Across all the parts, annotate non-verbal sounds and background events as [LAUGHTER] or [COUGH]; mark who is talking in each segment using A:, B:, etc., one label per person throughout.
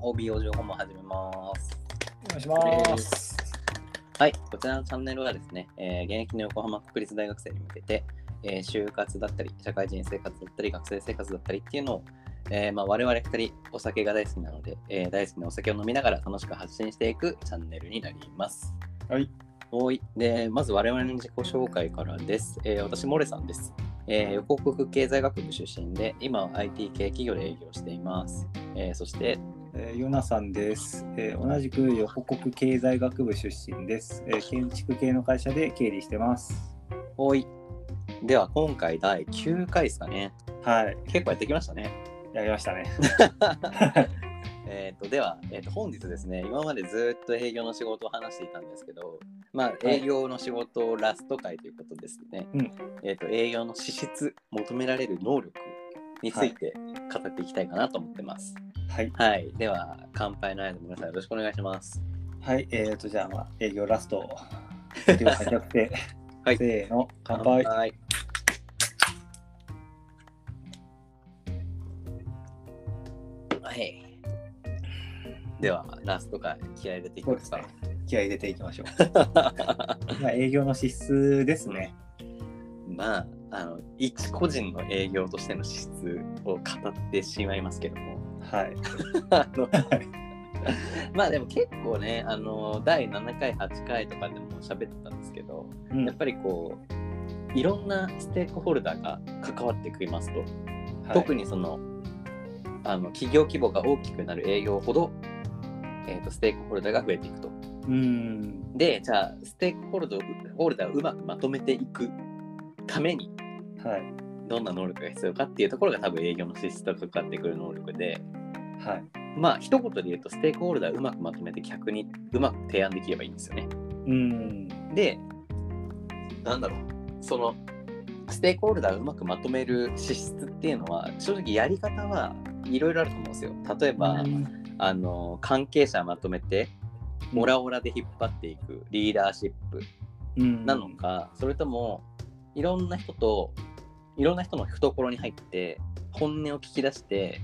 A: OB を情報も始めます。
B: お願いします。
A: はい、こちらのチャンネルはですね、えー現役の横浜国立大学生に向けて、えー就活だったり、社会人生活だったり、学生生活だったりっていうのを、えーまあ、我々2人お酒が大好きなので、えー大好きなお酒を飲みながら楽しく発信していくチャンネルになります。
B: はい。
A: おいでまず我々の自己紹介からです。えー私、モレさんです、えー横国経済学部出身で、今は IT 系企業で営業しています。えーそして、
B: えーヨナさんです、えー同じく横国経済学部出身です、えー建築系の会社で経理してます。
A: おい。では、今回第9回ですかね。
B: はい。
A: 結構やってきましたね。
B: やりましたね。
A: えーとでは、えーと本日ですね、今までずっと営業の仕事を話していたんですけど、まあ、
B: い
A: 営業の仕事ラスト回ということですね、
B: うん
A: えーと営業の資質、求められる能力について語っていきたいかなと思ってます。
B: はい。
A: はい、では、乾杯の合図、皆さんよろしくお願いします。
B: はい。えっ、ー、と、じゃあ、まあ、営業ラスト。
A: [LAUGHS]
B: では、開くて。
A: はい
B: せーの、乾杯。
A: はい。はい。では、ラスト回、気合い入れていきますか。
B: 気合い入れていきましょう。
A: [LAUGHS]
B: まあ、営業の資質ですね。
A: まあ、あの、一個人の営業としての資質を語ってしまいますけども。
B: [LAUGHS] はい。
A: あのまあでも結構ね、あの、第7回、8回とかでも喋ってたんですけど、
B: うん
A: やっぱりこう、いろんなステークホルダーが関わってくれますと、
B: はい
A: 特にその、あの、企業規模が大きくなる営業ほど、えーとステークホルダーが増えていくと。
B: うん。
A: で、じゃあ、ステークホルダーをホルダーをうまくまとめていくために、
B: はい。
A: どんな能力が必要かっていうところが多分営業の資質と関わってくる能力で
B: はい。
A: まあ一言で言うとステークホルダーをうまくまとめて客にうまく提案できればいいんですよね。
B: うん。
A: でなんだろうそのステークホルダーをうまくまとめる資質っていうのは正直やり方はいろいろあると思うんですよ。例えば、
B: うん
A: あの関係者まとめてオラオラで引っ張っていくリーダーシップ
B: うん
A: なのか、それともいろんな人といろんな人の懐に入って本音を聞き出して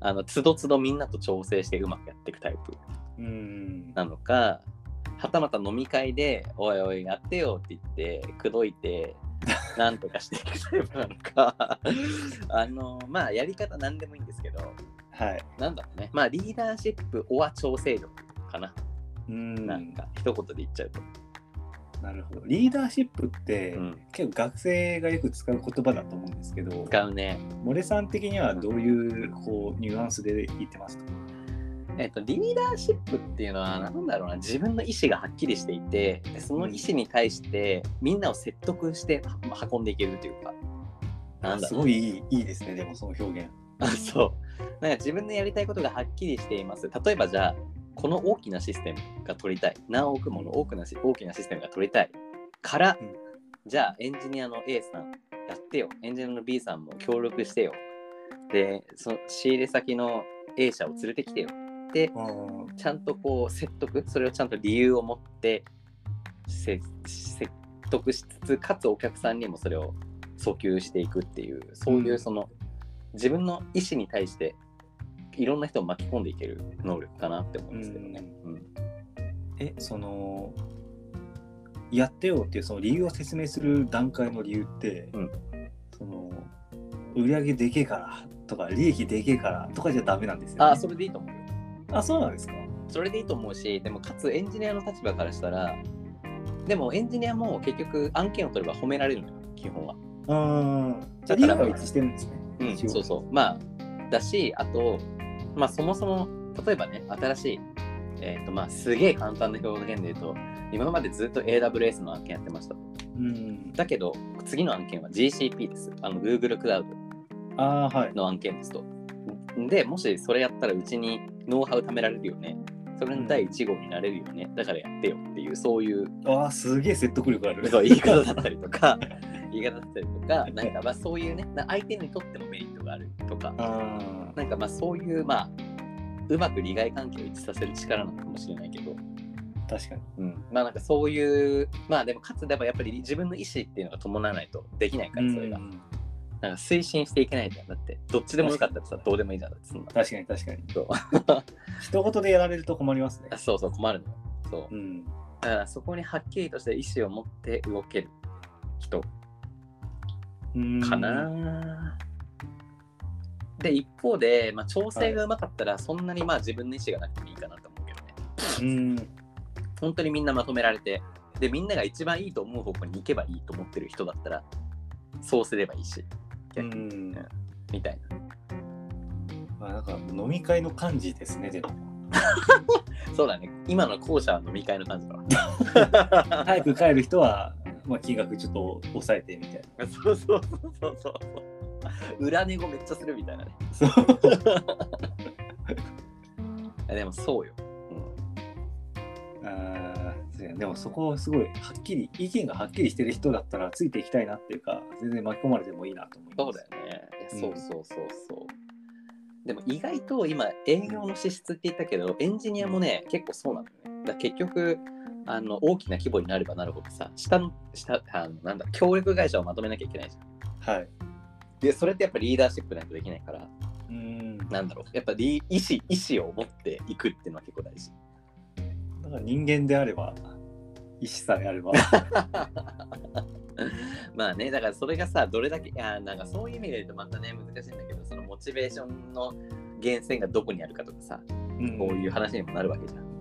A: あのつどつどみんなと調整してうまくやっていくタイプ
B: うん。
A: なのかはたまた飲み会で「おいおいやってよ」って言って口説いてなんとかしていくタイプなのか [LAUGHS] あのまあやり方何でもいいんですけど
B: はい。
A: なんだろうねまあリーダーシップオア調整力かな、
B: うん。
A: なんか一言で言っちゃうと。
B: なるほど。リーダーシップって、
A: うん
B: 結構学生がよく使う言葉だと思うんですけど、
A: 使うね
B: モレさん的にはどういうこうニュアンスで言ってますか
A: えっと、リーダーシップっていうのは何だろうな自分の意思がはっきりしていてでその意思に対してみんなを説得しては運んでいけるというかなんだ
B: す
A: ろう
B: ごいいいいいですね、でもその表現。
A: あそうなんか自分のやりたいことがはっきりしています例えばじゃあこの大きなシステムが取りたい何億もの大きなシ大きなシステムが取りたいから、
B: うん
A: じゃあエンジニアの A さんやってよエンジニアの B さんも協力してよでその仕入れ先の A 社を連れてきてよで
B: うん
A: ちゃんとこう説得それをちゃんと理由を持ってせ説得しつつかつお客さんにもそれを訴求していくっていうそういううんその、自分の意思に対していろんな人を巻き込んでいける能力かなって思うんですけどね。うん
B: え、その、やってよっていうその理由を説明する段階の理由って、
A: うん
B: その、売り上げでけえからとか、利益でけえからとかじゃダメなんですよ、ね。
A: あそれでいいと思うよ。
B: あそうなんですか
A: それでいいと思うしでもかつエンジニアの立場からしたらでもエンジニアも結局案件を取れば褒められるのよ基本は。
B: うん。じゃ
A: だから
B: あ理由が一致してるんですね。
A: うん、
B: 一応
A: そうそう。まあ、だし、あと、まあ、そもそも、例えばね、新しい、えっ、と、まあ、すげえ簡単な表現で言うと、今までずっと AWS の案件やってました。
B: うん。
A: だけど、次の案件は GCP です。あの、Google クラウ
B: ああ、はい
A: ド。の案件ですと。で、もしそれやったら、うちにノウハウ貯められるよね。それの第1号になれるよね。だからやってよっていう、そういう
B: ああ、すげえ説得力ある。
A: そう言い方だったりと
B: [LAUGHS]
A: か、言い方だったりとか、なんかまあそういうね、な相手にとってもメリットがあるとか、
B: ああ。
A: なんかまあそういうまあうまく利害関係を一致させる力なのかもしれないけど、
B: 確かに。
A: まあなんかそういうまあでもかつでもやっぱり自分の意思っていうのが伴わないとできないからそれが、
B: うん
A: なんか推進していけないじゃん。だって、どっちでもよかったらさ、どうでもいいじゃん。だってそんな
B: 確かに確かに。 [LAUGHS]
A: そう
B: 一言でやられると困りますね
A: あ。そうそう、困るのよ。そう。
B: うん。
A: だからそこにはっきりとした意思を持って動ける人
B: うん
A: かな。で、一方で、まあ、調整がうまかったら、そんなにまあ自分の意思がなくてもいいかなと思うけどね。
B: うん。
A: 本当にみんなまとめられて、で、みんなが一番いいと思う方向に行けばいいと思ってる人だったら、そうすればいいし、
B: うん。
A: みたいな。
B: まあ、なんか飲み会の感じですね、でも。
A: そうだね。今の後者は飲み会の感じだわ。
B: 早く帰る人は、まあ、金額ちょっと抑えてみたいな。
A: そうそうそうそうそう。裏値語めっちゃするみ [LAUGHS] たいなね。
B: そ
A: い
B: う。
A: やでもそうよ。
B: あーそうやでもそこをすごいはっきり意見がはっきりしてる人だったらついていきたいなっていうか全然巻き込まれてもいいなと思います
A: そうだよね。いやそうそうそうそう。でも意外と今営業の資質って言ったけどエンジニアもね結構そうなんだよね。だから結局あの大きな規模になればなるほどさ下の下あのなんだ協力会社をまとめなきゃいけないじゃん。
B: はい
A: でそれってやっぱリーダーシップないとできないから
B: うんだ
A: なんだろうやっぱり意思意思を持っていくっていうのは結構大事。
B: から人間であれば意思さえあれ [LAUGHS] ば
A: まあねだからそれがさどれだけいやなんかそういう意味で言うとまたね難しいんだけどそのモチベーションの源泉がどこにあるかとかさ
B: ん
A: こういう話にもなるわけじゃん。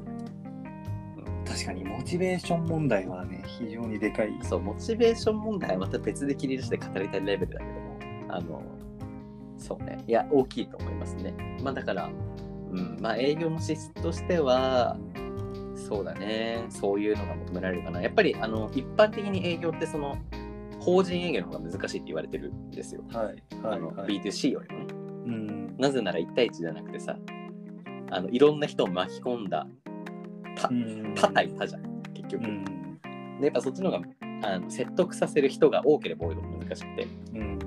B: 確かにモチベーション問題はね非常にでかい
A: そう、モチベーション問題はまた別で切り出して語りたいレベルだけども、あの、そうね、いや、大きいと思いますね。まあだから、うん、まあ営業の資質としては、そうだね、そういうのが求められるかな。やっぱり、あの、一般的に営業って、その、法人営業の方が難しいって言われてるんですよ。
B: はいは
A: あ
B: い
A: の
B: はい
A: B2C よりもね。
B: うん
A: なぜなら1対1じゃなくてさ、あのいろんな人を巻き込んだ、た
B: うん
A: 他対他じゃん、結局。
B: うん
A: でやっぱそっちの方があの説得させる人が多ければ多いほど難しくて
B: うん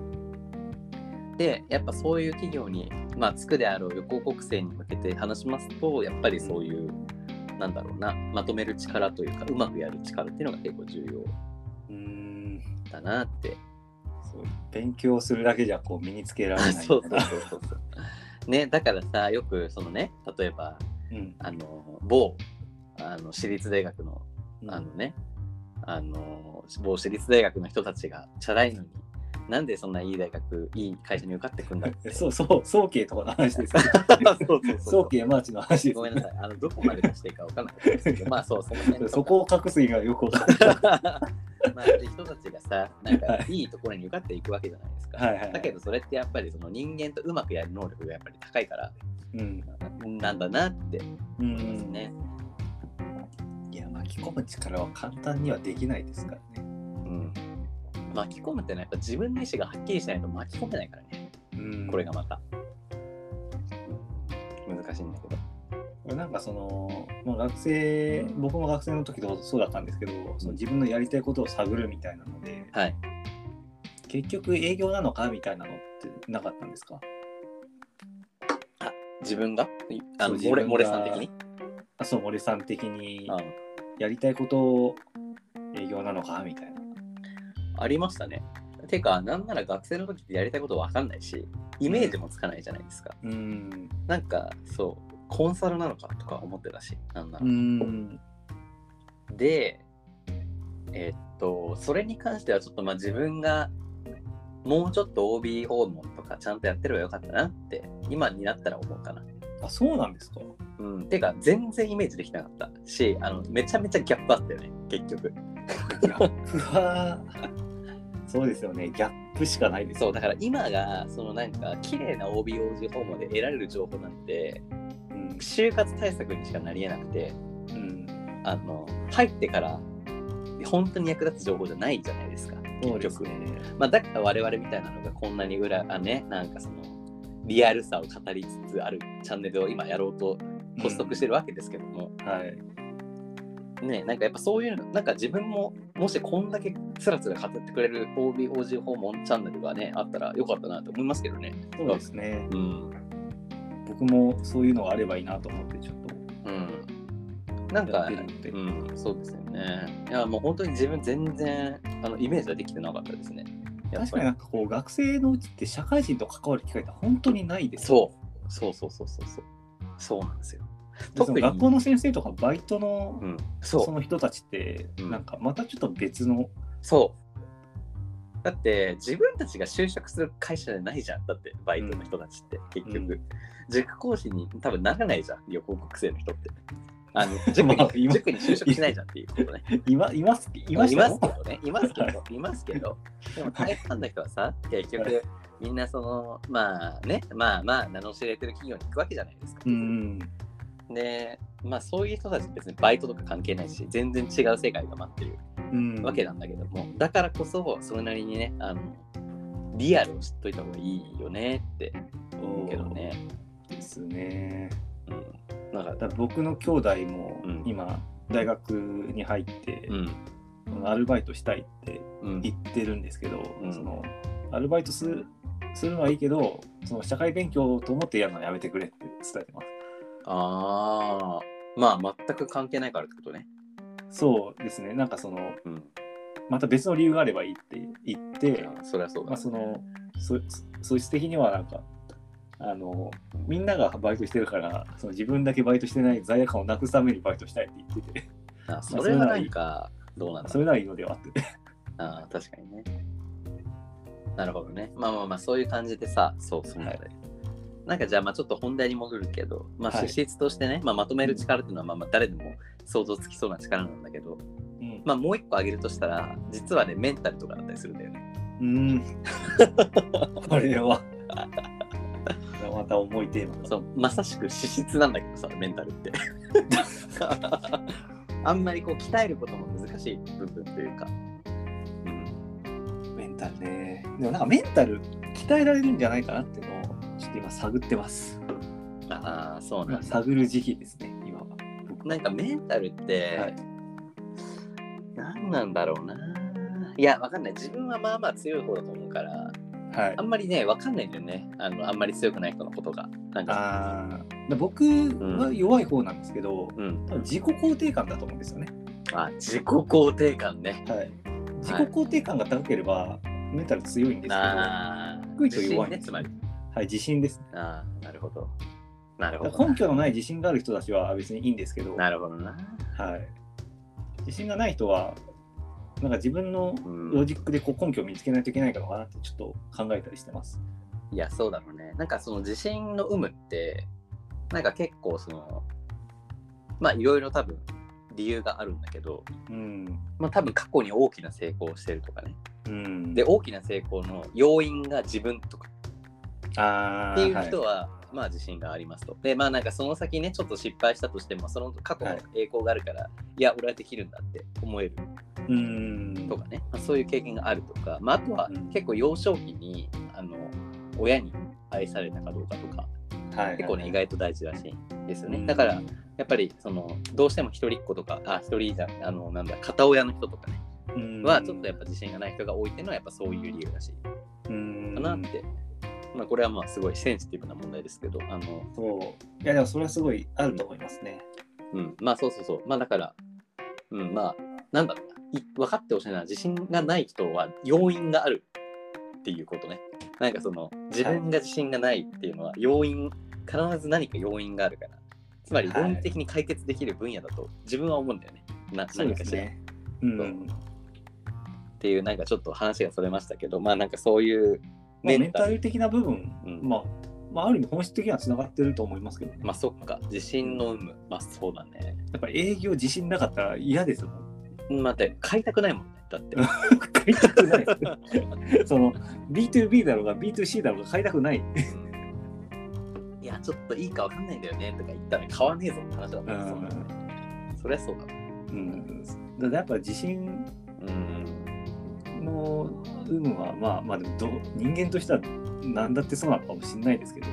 A: でやっぱそういう企業に、まあ、つくであろう旅行国政に向けて話しますとやっぱりそういう、なんだろうなまとめる力というかうまくやる力っていうのが結構重
B: うん
A: 要だなって
B: そう勉強するだけじゃこう身につけられない
A: [LAUGHS] そうそうそうそうそうねだからさよくそのね例えば
B: うん
A: あの某あの私立大学の
B: うん
A: あのね、あの、某私立大学の人たちが、チャラいのに、なんでそんないい大学、いい会社に受かってくんだって。
B: [LAUGHS] そうそう早慶とかの話です
A: [LAUGHS] そうそうそう
B: 早慶マーチの話です
A: ごめんなさい、あのどこまで出していいかわかんないです
B: [LAUGHS]
A: けど、まあそう、その辺とか
B: そこを隠す意味はよくわかんない。
A: [LAUGHS] まあ、で人たちがさ、なんか
B: はい
A: いところに受かっていくわけじゃないですか。
B: はいはいはい
A: だけど、それってやっぱりその人間とうまくやる能力がやっぱり高いから、
B: うん。
A: なんだなって
B: う
A: 思いますね。
B: いや、巻き込む力は簡単にはできないですからね。
A: うん巻き込むってのはやっぱ自分の意思がはっきりしないと巻き込めないからね。
B: うん
A: これが。また、難しいんだけど
B: なんかその、まあ、学生、僕も学生の時とそうだったんですけど、その自分のやりたいことを探るみたいなので、
A: はい
B: 結局営業なのかみたいなのってなかったんですか
A: 自分がいあの
B: そう
A: モレ
B: 自分が
A: モレさん的に
B: あそう、森さん的に
A: あ
B: やりたいことを営業なのかみたいな。
A: ありましたねてかなんなら学生の時ってやりたいこと分かんないしイメージもつかないじゃないですか、
B: うん。
A: なんかそうコンサルなのかとか思ってたしなんなら、
B: うん。
A: でえっとそれに関してはちょっとまあ自分がもうちょっと OB 訪問とかちゃんとやってればよかったなって今になったら思うかな
B: あ、そうなんですか
A: うん、てか全然イメージできなかったしあのめちゃめちゃギャップあったよね結局
B: ギャップは、 [LAUGHS] そうですよね、ギャップしかないです
A: そう
B: よ
A: だから今がそのなんか綺麗な OBOG 訪問で得られる情報なんて
B: うん
A: 就活対策にしかなりえなくて
B: うん
A: あの入ってから本当に役立つ情報じゃないじゃないですか結
B: そうです
A: 局、
B: ね。
A: まあ、だから我々みたいなのがこんなに裏あねなんかそのリアルさを語りつつあるチャンネルを今やろうと発足してるわけですけども、
B: はい。
A: ねなんかやっぱそういうのなんか自分ももしこんだけつらつら語ってくれる OBOG 訪問チャンネルがねあったらよかったなと思いますけどね
B: そうですね。
A: うん、
B: 僕もそういうのがあればいいなと思って、ちょっ
A: うん、なん
B: とやっ
A: か
B: てるので。
A: うんそうですよねいやもう本当に自分全然あのイメージはできてなかったですねやっぱ
B: 確かに
A: り
B: なんかこう学生のうちって社会人と関わる機会って本当にないですよ
A: そうそうそうそうそうそうそうなんですよ
B: で
A: 特
B: そ
A: に
B: の学校の先生とかバイトの
A: うんそう
B: その人たちって
A: うん
B: なんかまたちょっと別の
A: そうだって自分たちが就職する会社じゃないじゃんだってバイトの人たちって、結局、
B: う
A: 塾講師に多分ならないじゃん旅行国生の人って
B: [LAUGHS]
A: あの塾
B: まあ
A: に
B: 今
A: 塾に就職しないじゃんっていうことね
B: いまいますいま
A: い
B: し
A: ま
B: た
A: す
B: よ
A: けどね。いますけど、
B: [LAUGHS]
A: いますけど。でも大半の人はさ、結
B: はい
A: 局、みんなその、まあね、まあまあ、名の知れてる企業に行くわけじゃないですか。
B: うん
A: で、まあそういう人たち別にバイトとか関係ないし、全然違う世界が待ってる
B: うん
A: わけなんだけども、だからこそ、それなりにね、あの、リアルを知っといた方がいいよねって思うけどね。
B: ですね
A: うん。なんか、
B: だから僕の兄弟も
A: うん
B: 今大学に入って
A: う、ん。
B: そのアルバイトしたいって
A: うん。
B: 言ってるんですけど、
A: うん
B: そのアルバイトするするのはいいけどその社会勉強と思ってやるのはやめてくれって伝えてます
A: ああ。まあ全く関係ないからってことね。
B: そうですねなんかその
A: うん。
B: また別の理由があればいいって言って、
A: あーそれはそうだ。
B: まあ、そのそそいつ的にはなんかあのみんながバイトしてるからその自分だけバイトしてない罪悪感をなくすためにバイトしたいって言ってて
A: あそれはなんかどうなんだ
B: そ
A: ろう
B: れならいいのではって
A: あ確かにねなるほどねまあまあまあそういう感じでさそうそう、
B: はい
A: なんかじゃあまあちょっと本題に戻るけどまあ
B: はい
A: 資質としてね、まあ、まとめる力っていうのはまあまあ誰でも想像つきそうな力なんだけど
B: うん、
A: まあもう一個挙げるとしたら実はねメンタルとかだったりするんだよね
B: うん [LAUGHS] これはまた重いテーマ
A: そうまさしく資質なんだけどさメンタルって [LAUGHS] あんまりこう鍛えることも難しい部分というか、うん、
B: メンタルね。でもなんかメンタル鍛えられるんじゃないかなっていうのをちょっと今探ってます。
A: ああそうなん
B: 今
A: だ
B: 探る時期ですね、今は。
A: なんかメンタルって、
B: はい
A: 何なんだろうな。いや、わかんない。自分はまあまあ強い方だと思うから、
B: はい
A: あ。んまりね、わかんないんだよね。あのあんまり強くない人のことが。なんか、
B: あーで僕は弱い方なんですけど、
A: うん。
B: 多分自己肯定感だと思うんですよね。
A: あ、自己肯定感ね。
B: はい。自己肯定感が高ければ、メンタル強いんですけど、は
A: ああ、
B: 低いと弱
A: 自信
B: い
A: ね、つまり。
B: い、自信です。
A: ああ、なるほど。なるほ
B: だ
A: ど
B: から根
A: な。
B: 拠のない自信がある人たちは別にいいんですけど、は
A: なるほどな。
B: い。自信がない人は、なんか自分の
A: うん
B: ロジックでこう根拠を見つけないといけないのかなってちょっと考えたりしてます。
A: いや、そうだろうね。なんかその自信の有無って、なんか結構その、まあいろいろ多分理由があるんだけど、
B: うん。
A: まあ多分過去に大きな成功をしてるとかね。
B: うん、
A: で大きな成功の要因が自分とか
B: あ
A: っていう人は、まあ自信がありますと。でまあなんかその先ねちょっと失敗したとしてもその過去の栄光があるから、い、や俺はできるんだって思える
B: い、うん
A: とかね、まあ、そういう経験があるとか、まあ、あとは
B: うん
A: 結構幼少期にあの親に愛されたかどうかとか
B: はい、
A: 結構ね意外と大事らしいんですよね。
B: うん
A: だからやっぱりそのどうしても一人っ子とかあ一人じゃあのなんだ片親の人とかねはちょっとやっぱ自信がない人が多いっていうのはやっぱそういう理由らしい。
B: ぱうん
A: かなって、まあ、これはまあすごいセンシティブな問題ですけどあの、
B: そういやでもそれはすごいあると思いますね、
A: うん、まあそうそうそうまあだから、うん、まあなんだろうない分かってほしいのは自信がない人は要因があるっていうことねなんかその自分が自信がないっていうのは要因必ず何か要因があるからつまり
B: はい
A: 論理的に解決できる分野だと自分は思うんだよね、な何かしら、
B: うん
A: そうっていうなんかちょっと話がそれましたけどまあなんかそういう
B: まあ、メ
A: メン
B: ン
A: タ
B: タ
A: ル
B: ル的な部分、
A: うん
B: まあまあ、ある意味本質的にはつながってると思いますけどね、
A: まあそっか自信の有無まあそうだね
B: やっぱ営業自信なかったら嫌ですもん
A: 待って買いたくないもんねだ
B: [LAUGHS]
A: って
B: 買いたく
A: [LAUGHS]
B: ないその B2B だろうが B2C だろうが買いたくない、
A: いやちょっといいかわかんないんだよねとか言ったら買わねえぞって話だもんね
B: うん
A: そうだよねそりゃそうだ
B: うん、だからやっぱ自信
A: うん
B: の有無はまあまあでもどう人間としては何だってそうなのかもしれないですけど、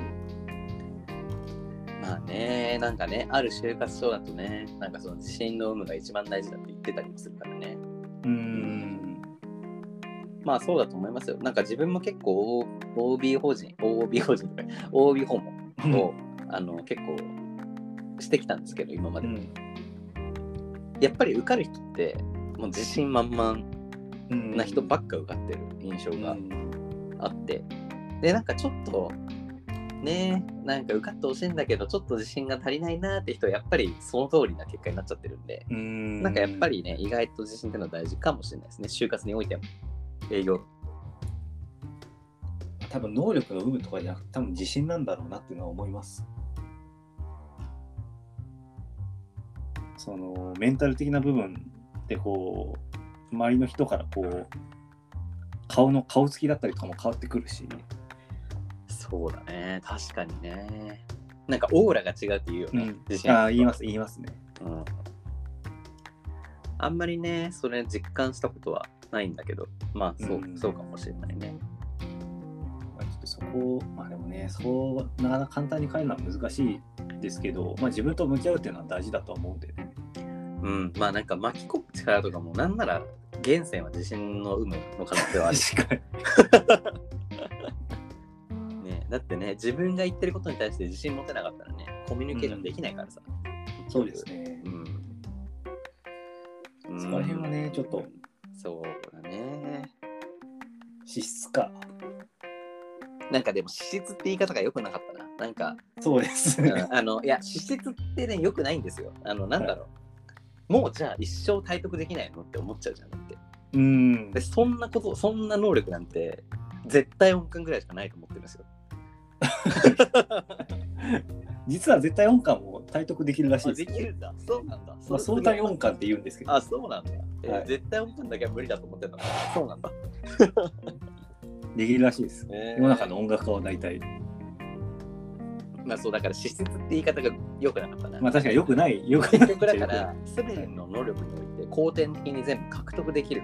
A: まあねなんかねある就活書だとねなんかその自信の有無が一番大事だって言ってたりもするからね
B: うーん。
A: まあそうだと思いますよなんか自分も結構 O- OB 法人 OB 法人とか OB 訪問をあの結構してきたんですけど今ま
B: う
A: で、
B: ん。
A: やっぱり受かる人ってもう自信満々
B: うん
A: な人ばっか受かってる印象
B: うん
A: があって、でなんかちょっとねなんか受かってほしいんだけどちょっと自信が足りないなーって人はやっぱりその通りな結果になっちゃってるんで、
B: うん
A: なんかやっぱりね意外と自信っていうのは大事かもしれないですね就活においても営業
B: 多分能力の有無とかじゃなくて多分自信なんだろうなっていうのは思いますそのメンタル的な部分ってこう周りの人からこう顔の顔つきだったりとかも変わってくるし
A: そうだね確かにねなんかオーラが違うっていうよね、自信
B: ああ言います言いますね
A: うんあんまりね、それ実感したことはないんだけど、まあそう,、
B: うん
A: そうかもしれないね。
B: まあ、ちょっとそこをまあでもねそうなかなか簡単に変えるのは難しいですけど、まあ、自分と向き合うっていうのは大事だとは思うんでね
A: うん、まあなんか巻き込む力とかも、なんなら源泉は自信の有無の可能性はあるし、
B: 確かに [LAUGHS]
A: ね。だってね、自分が言ってることに対して自信持てなかったらね、コミュニケーションできないからさ。
B: そうですね
A: うん。うん
B: そこら辺はねちょっと
A: そうだね。
B: 資質か
A: なんかでも、資質って言い方が良くなかったな。なん
B: [LAUGHS]
A: か、
B: そうです
A: うんあのいや資質ってねよくないんですよあのなんだろう、もうじゃあ一生体得できないのって思っちゃうじゃんだって
B: うん
A: でそんなことそんな能力なんて絶対音感ぐらいしかないと思ってるんですよ
B: 実は絶対音感も体得できるらしい
A: あ
B: です
A: できるんだそうなんだ
B: まあ、相対音感って言うんですけど
A: あそうなんだ、えー
B: はい
A: 絶対音感だけは無理だと思ってたのそうなんだ、
B: できるらしいです
A: え
B: 世の中の音楽家は大体
A: まあそうだから資質って言い方が良くなかったな、
B: まあ確かによくないよくない
A: 結局だ
B: [LAUGHS]
A: から全ての能力において後天的に全部獲得できる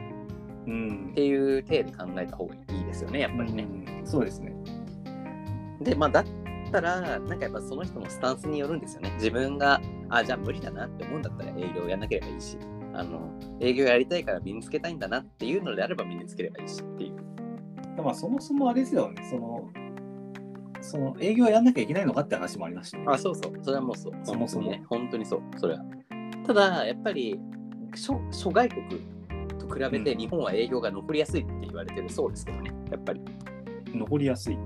B: うん
A: っていう体で考えた方がいいですよねやっぱりね、
B: うんそうですね
A: でまあだったらなんかやっぱその人のスタンスによるんですよね自分があじゃあ無理だなって思うんだったら営業やんなければいいしあの営業やりたいから身につけたいんだなっていうのであれば身につければいいしっていう
B: まあそもそもあれですよねそのその営業やんなきゃいけないのかって話もありましたね
A: あそうそうそれはもうそう
B: そもそ
A: 本当に
B: も
A: ね本当にそうそれはただやっぱり諸諸外国と比べて
B: うん
A: 日本は営業が残りやすいって言われてるそうですけどねやっぱり
B: 残りやすい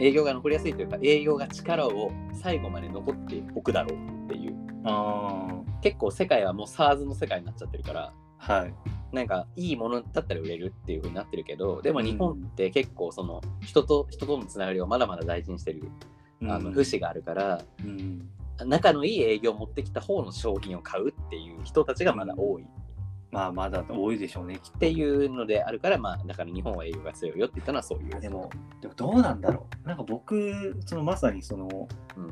A: 営業が残りやすいというか営業が力を最後まで残っておくだろうっていう
B: あ
A: 結構世界はもう SARS の世界になっちゃってるから
B: あはい
A: なんかいいものだったら売れるっていう風になってるけどでも日本って結構その人と人とのつながりをまだまだ大事にしてるあの
B: うん
A: 節があるから
B: うん
A: 仲のいい営業を持ってきた方の商品を買うっていう人たちがまだ多いっ
B: まあまだ多いでしょうねきって
A: いうのであるからまあだから日本は営業が強いよって言ったのはそういう
B: とでもでもどうなんだろうなんか僕そのまさにその、
A: うん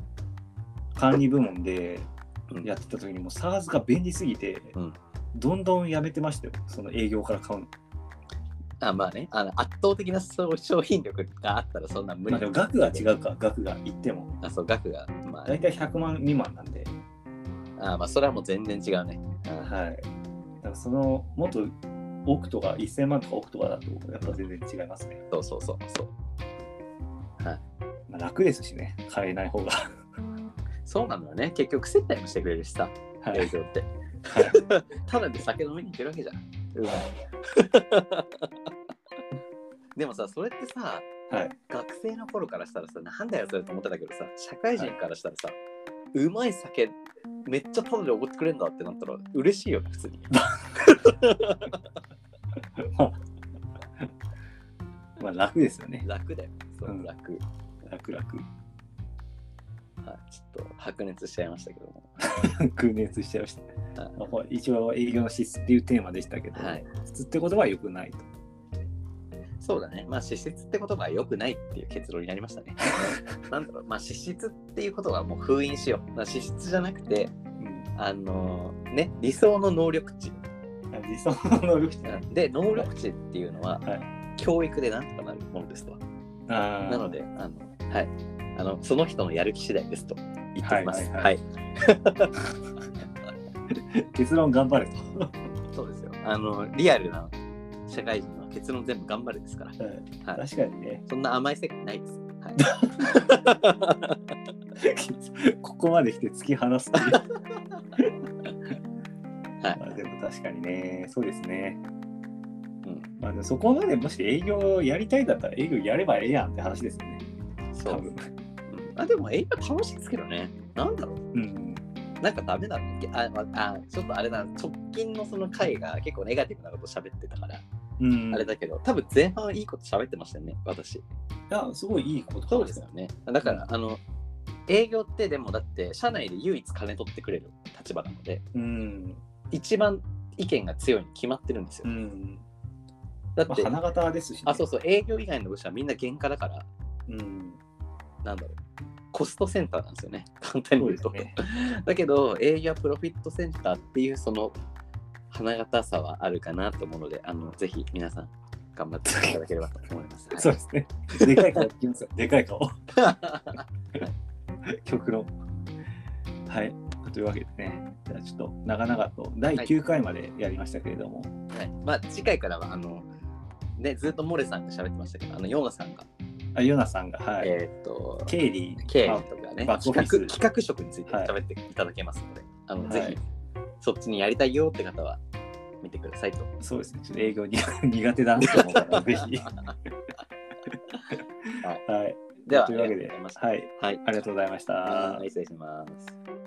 B: 管理部門で
A: うん
B: やってた時にもう SARS が便利すぎて、
A: うん
B: どんどんやめてましたよその営業から買うの、
A: あまあねあの圧倒的なそう商品力があったらそんな無理
B: まあ、でも額が違うか額が言っても
A: あそう額がまあ
B: 大体100万未満なんで、
A: あまあそれはもう全然違うねあ
B: はいだからそのもっと億とか1000万とか億とかだとやっぱ全然違いますね、
A: そうそうそうそう
B: まあ、楽ですしね買えない方が
A: そうなのよね結局接待もしてくれるしさ
B: は
A: 営
B: い
A: 業って
B: はい
A: [LAUGHS] ただで酒飲みに行けるわけじゃん。 [LAUGHS] でもさ、それってさ、
B: はい
A: 学生の頃からしたらさ、なんだよそれと思ってたけどさ、社会人からしたらさ、うまい酒、めっちゃただでおごってくれるんだってなったら嬉しいよね、普通 [LAUGHS] に。
B: まあ楽ですよね
A: 楽だよ。そう、
B: うん
A: 楽。はい、
B: 楽楽
A: ちょっと白熱しちゃいましたけども。
B: 空熱しちゃいました、
A: はい
B: まあこれ一応営業の資質っていうテーマでしたけど、
A: はい。
B: 普通ってことは良くないと
A: そうだね。まあ、資質って言葉は良くないっていう結論になりま [LAUGHS] したね。なんだろう、まあ、資質っていうことはもう封印しよう。まあ、資質じゃなくて、あのね、理想の能力値。
B: 理想の能力値な
A: で能力値っていうのは、
B: は
A: 教育でなんとかなるものですと。な
B: な
A: のであの、はい、あのその人のやる気次第ですと言っておきます。は
B: はいいはい結論頑張れと、
A: そうですよあのリアルな社会人は結論全部頑張るですから、はい、
B: 確かにね
A: そんな甘い世界ないです。はい、
B: ここまで来て突き放すっていう
A: はい
B: [LAUGHS] まあでも確かにねそうですね
A: ううん、
B: まあ、でもそこまでもし営業やりたいんだったら営業やればええやんって話ですよね。
A: そ
B: [LAUGHS] 多
A: う
B: 分。
A: うんあでも映画楽しいですけどね。なんだろう
B: うん。
A: なんかダメなんだっけあ、まあ、ちょっとあれだ、直近のその回が結構ネガティブなこと喋ってたから、
B: うん、
A: あれだけど、多分前半いいこと喋ってましたよね、私。
B: いや、すごいいいこと
A: そうですよね。だから、あの、営業ってでもだって、社内で唯一金取ってくれる立場なので、
B: うん。
A: 一番意見が強いに決まってるんですよ
B: う。ん。
A: だ
B: ま
A: っ
B: あ、
A: て、
B: 花形ですし、ね。
A: あ、そうそう、営業以外の部署はみんな原価だから、
B: うん。
A: なんだろう。コストセンターなんですよね。 [LAUGHS] 簡単に
B: そう
A: 言
B: で
A: うと。
B: すね。
A: だけど営業はプロフィットセンターっていうその花形さはあるかなと思うのであのぜひ皆さん頑張っていただければと思います。はい
B: [LAUGHS] そうですね。でかい顔いきますよ。でかい顔。 [LAUGHS] 極論。はい。というわけでね、じゃあちょっと長々と第9回までやりましたけれども、
A: はいまあ、次回からはあの、ね、ずっとモレさんが喋ってましたけどあのヨナさんが、
B: あヨナさんが、はい、
A: えーっと
B: 経理、
A: 経理
B: まあ
A: とかね
B: バックオフィ
A: 企
B: ス
A: 画企画職について喋っていただけますので、あのぜ
B: は
A: ひ
B: い
A: そっちにやりたいよって方は見てくださ
B: [LAUGHS]
A: いと。
B: そうですね、ちょっと営業に [LAUGHS] 苦手だなと思うから、ぜひ。はい。
A: では
B: というわけ
A: あり
B: で
A: がとうございまし、た
B: はい、
A: はい、
B: ありがとうございました。
A: はい失礼します。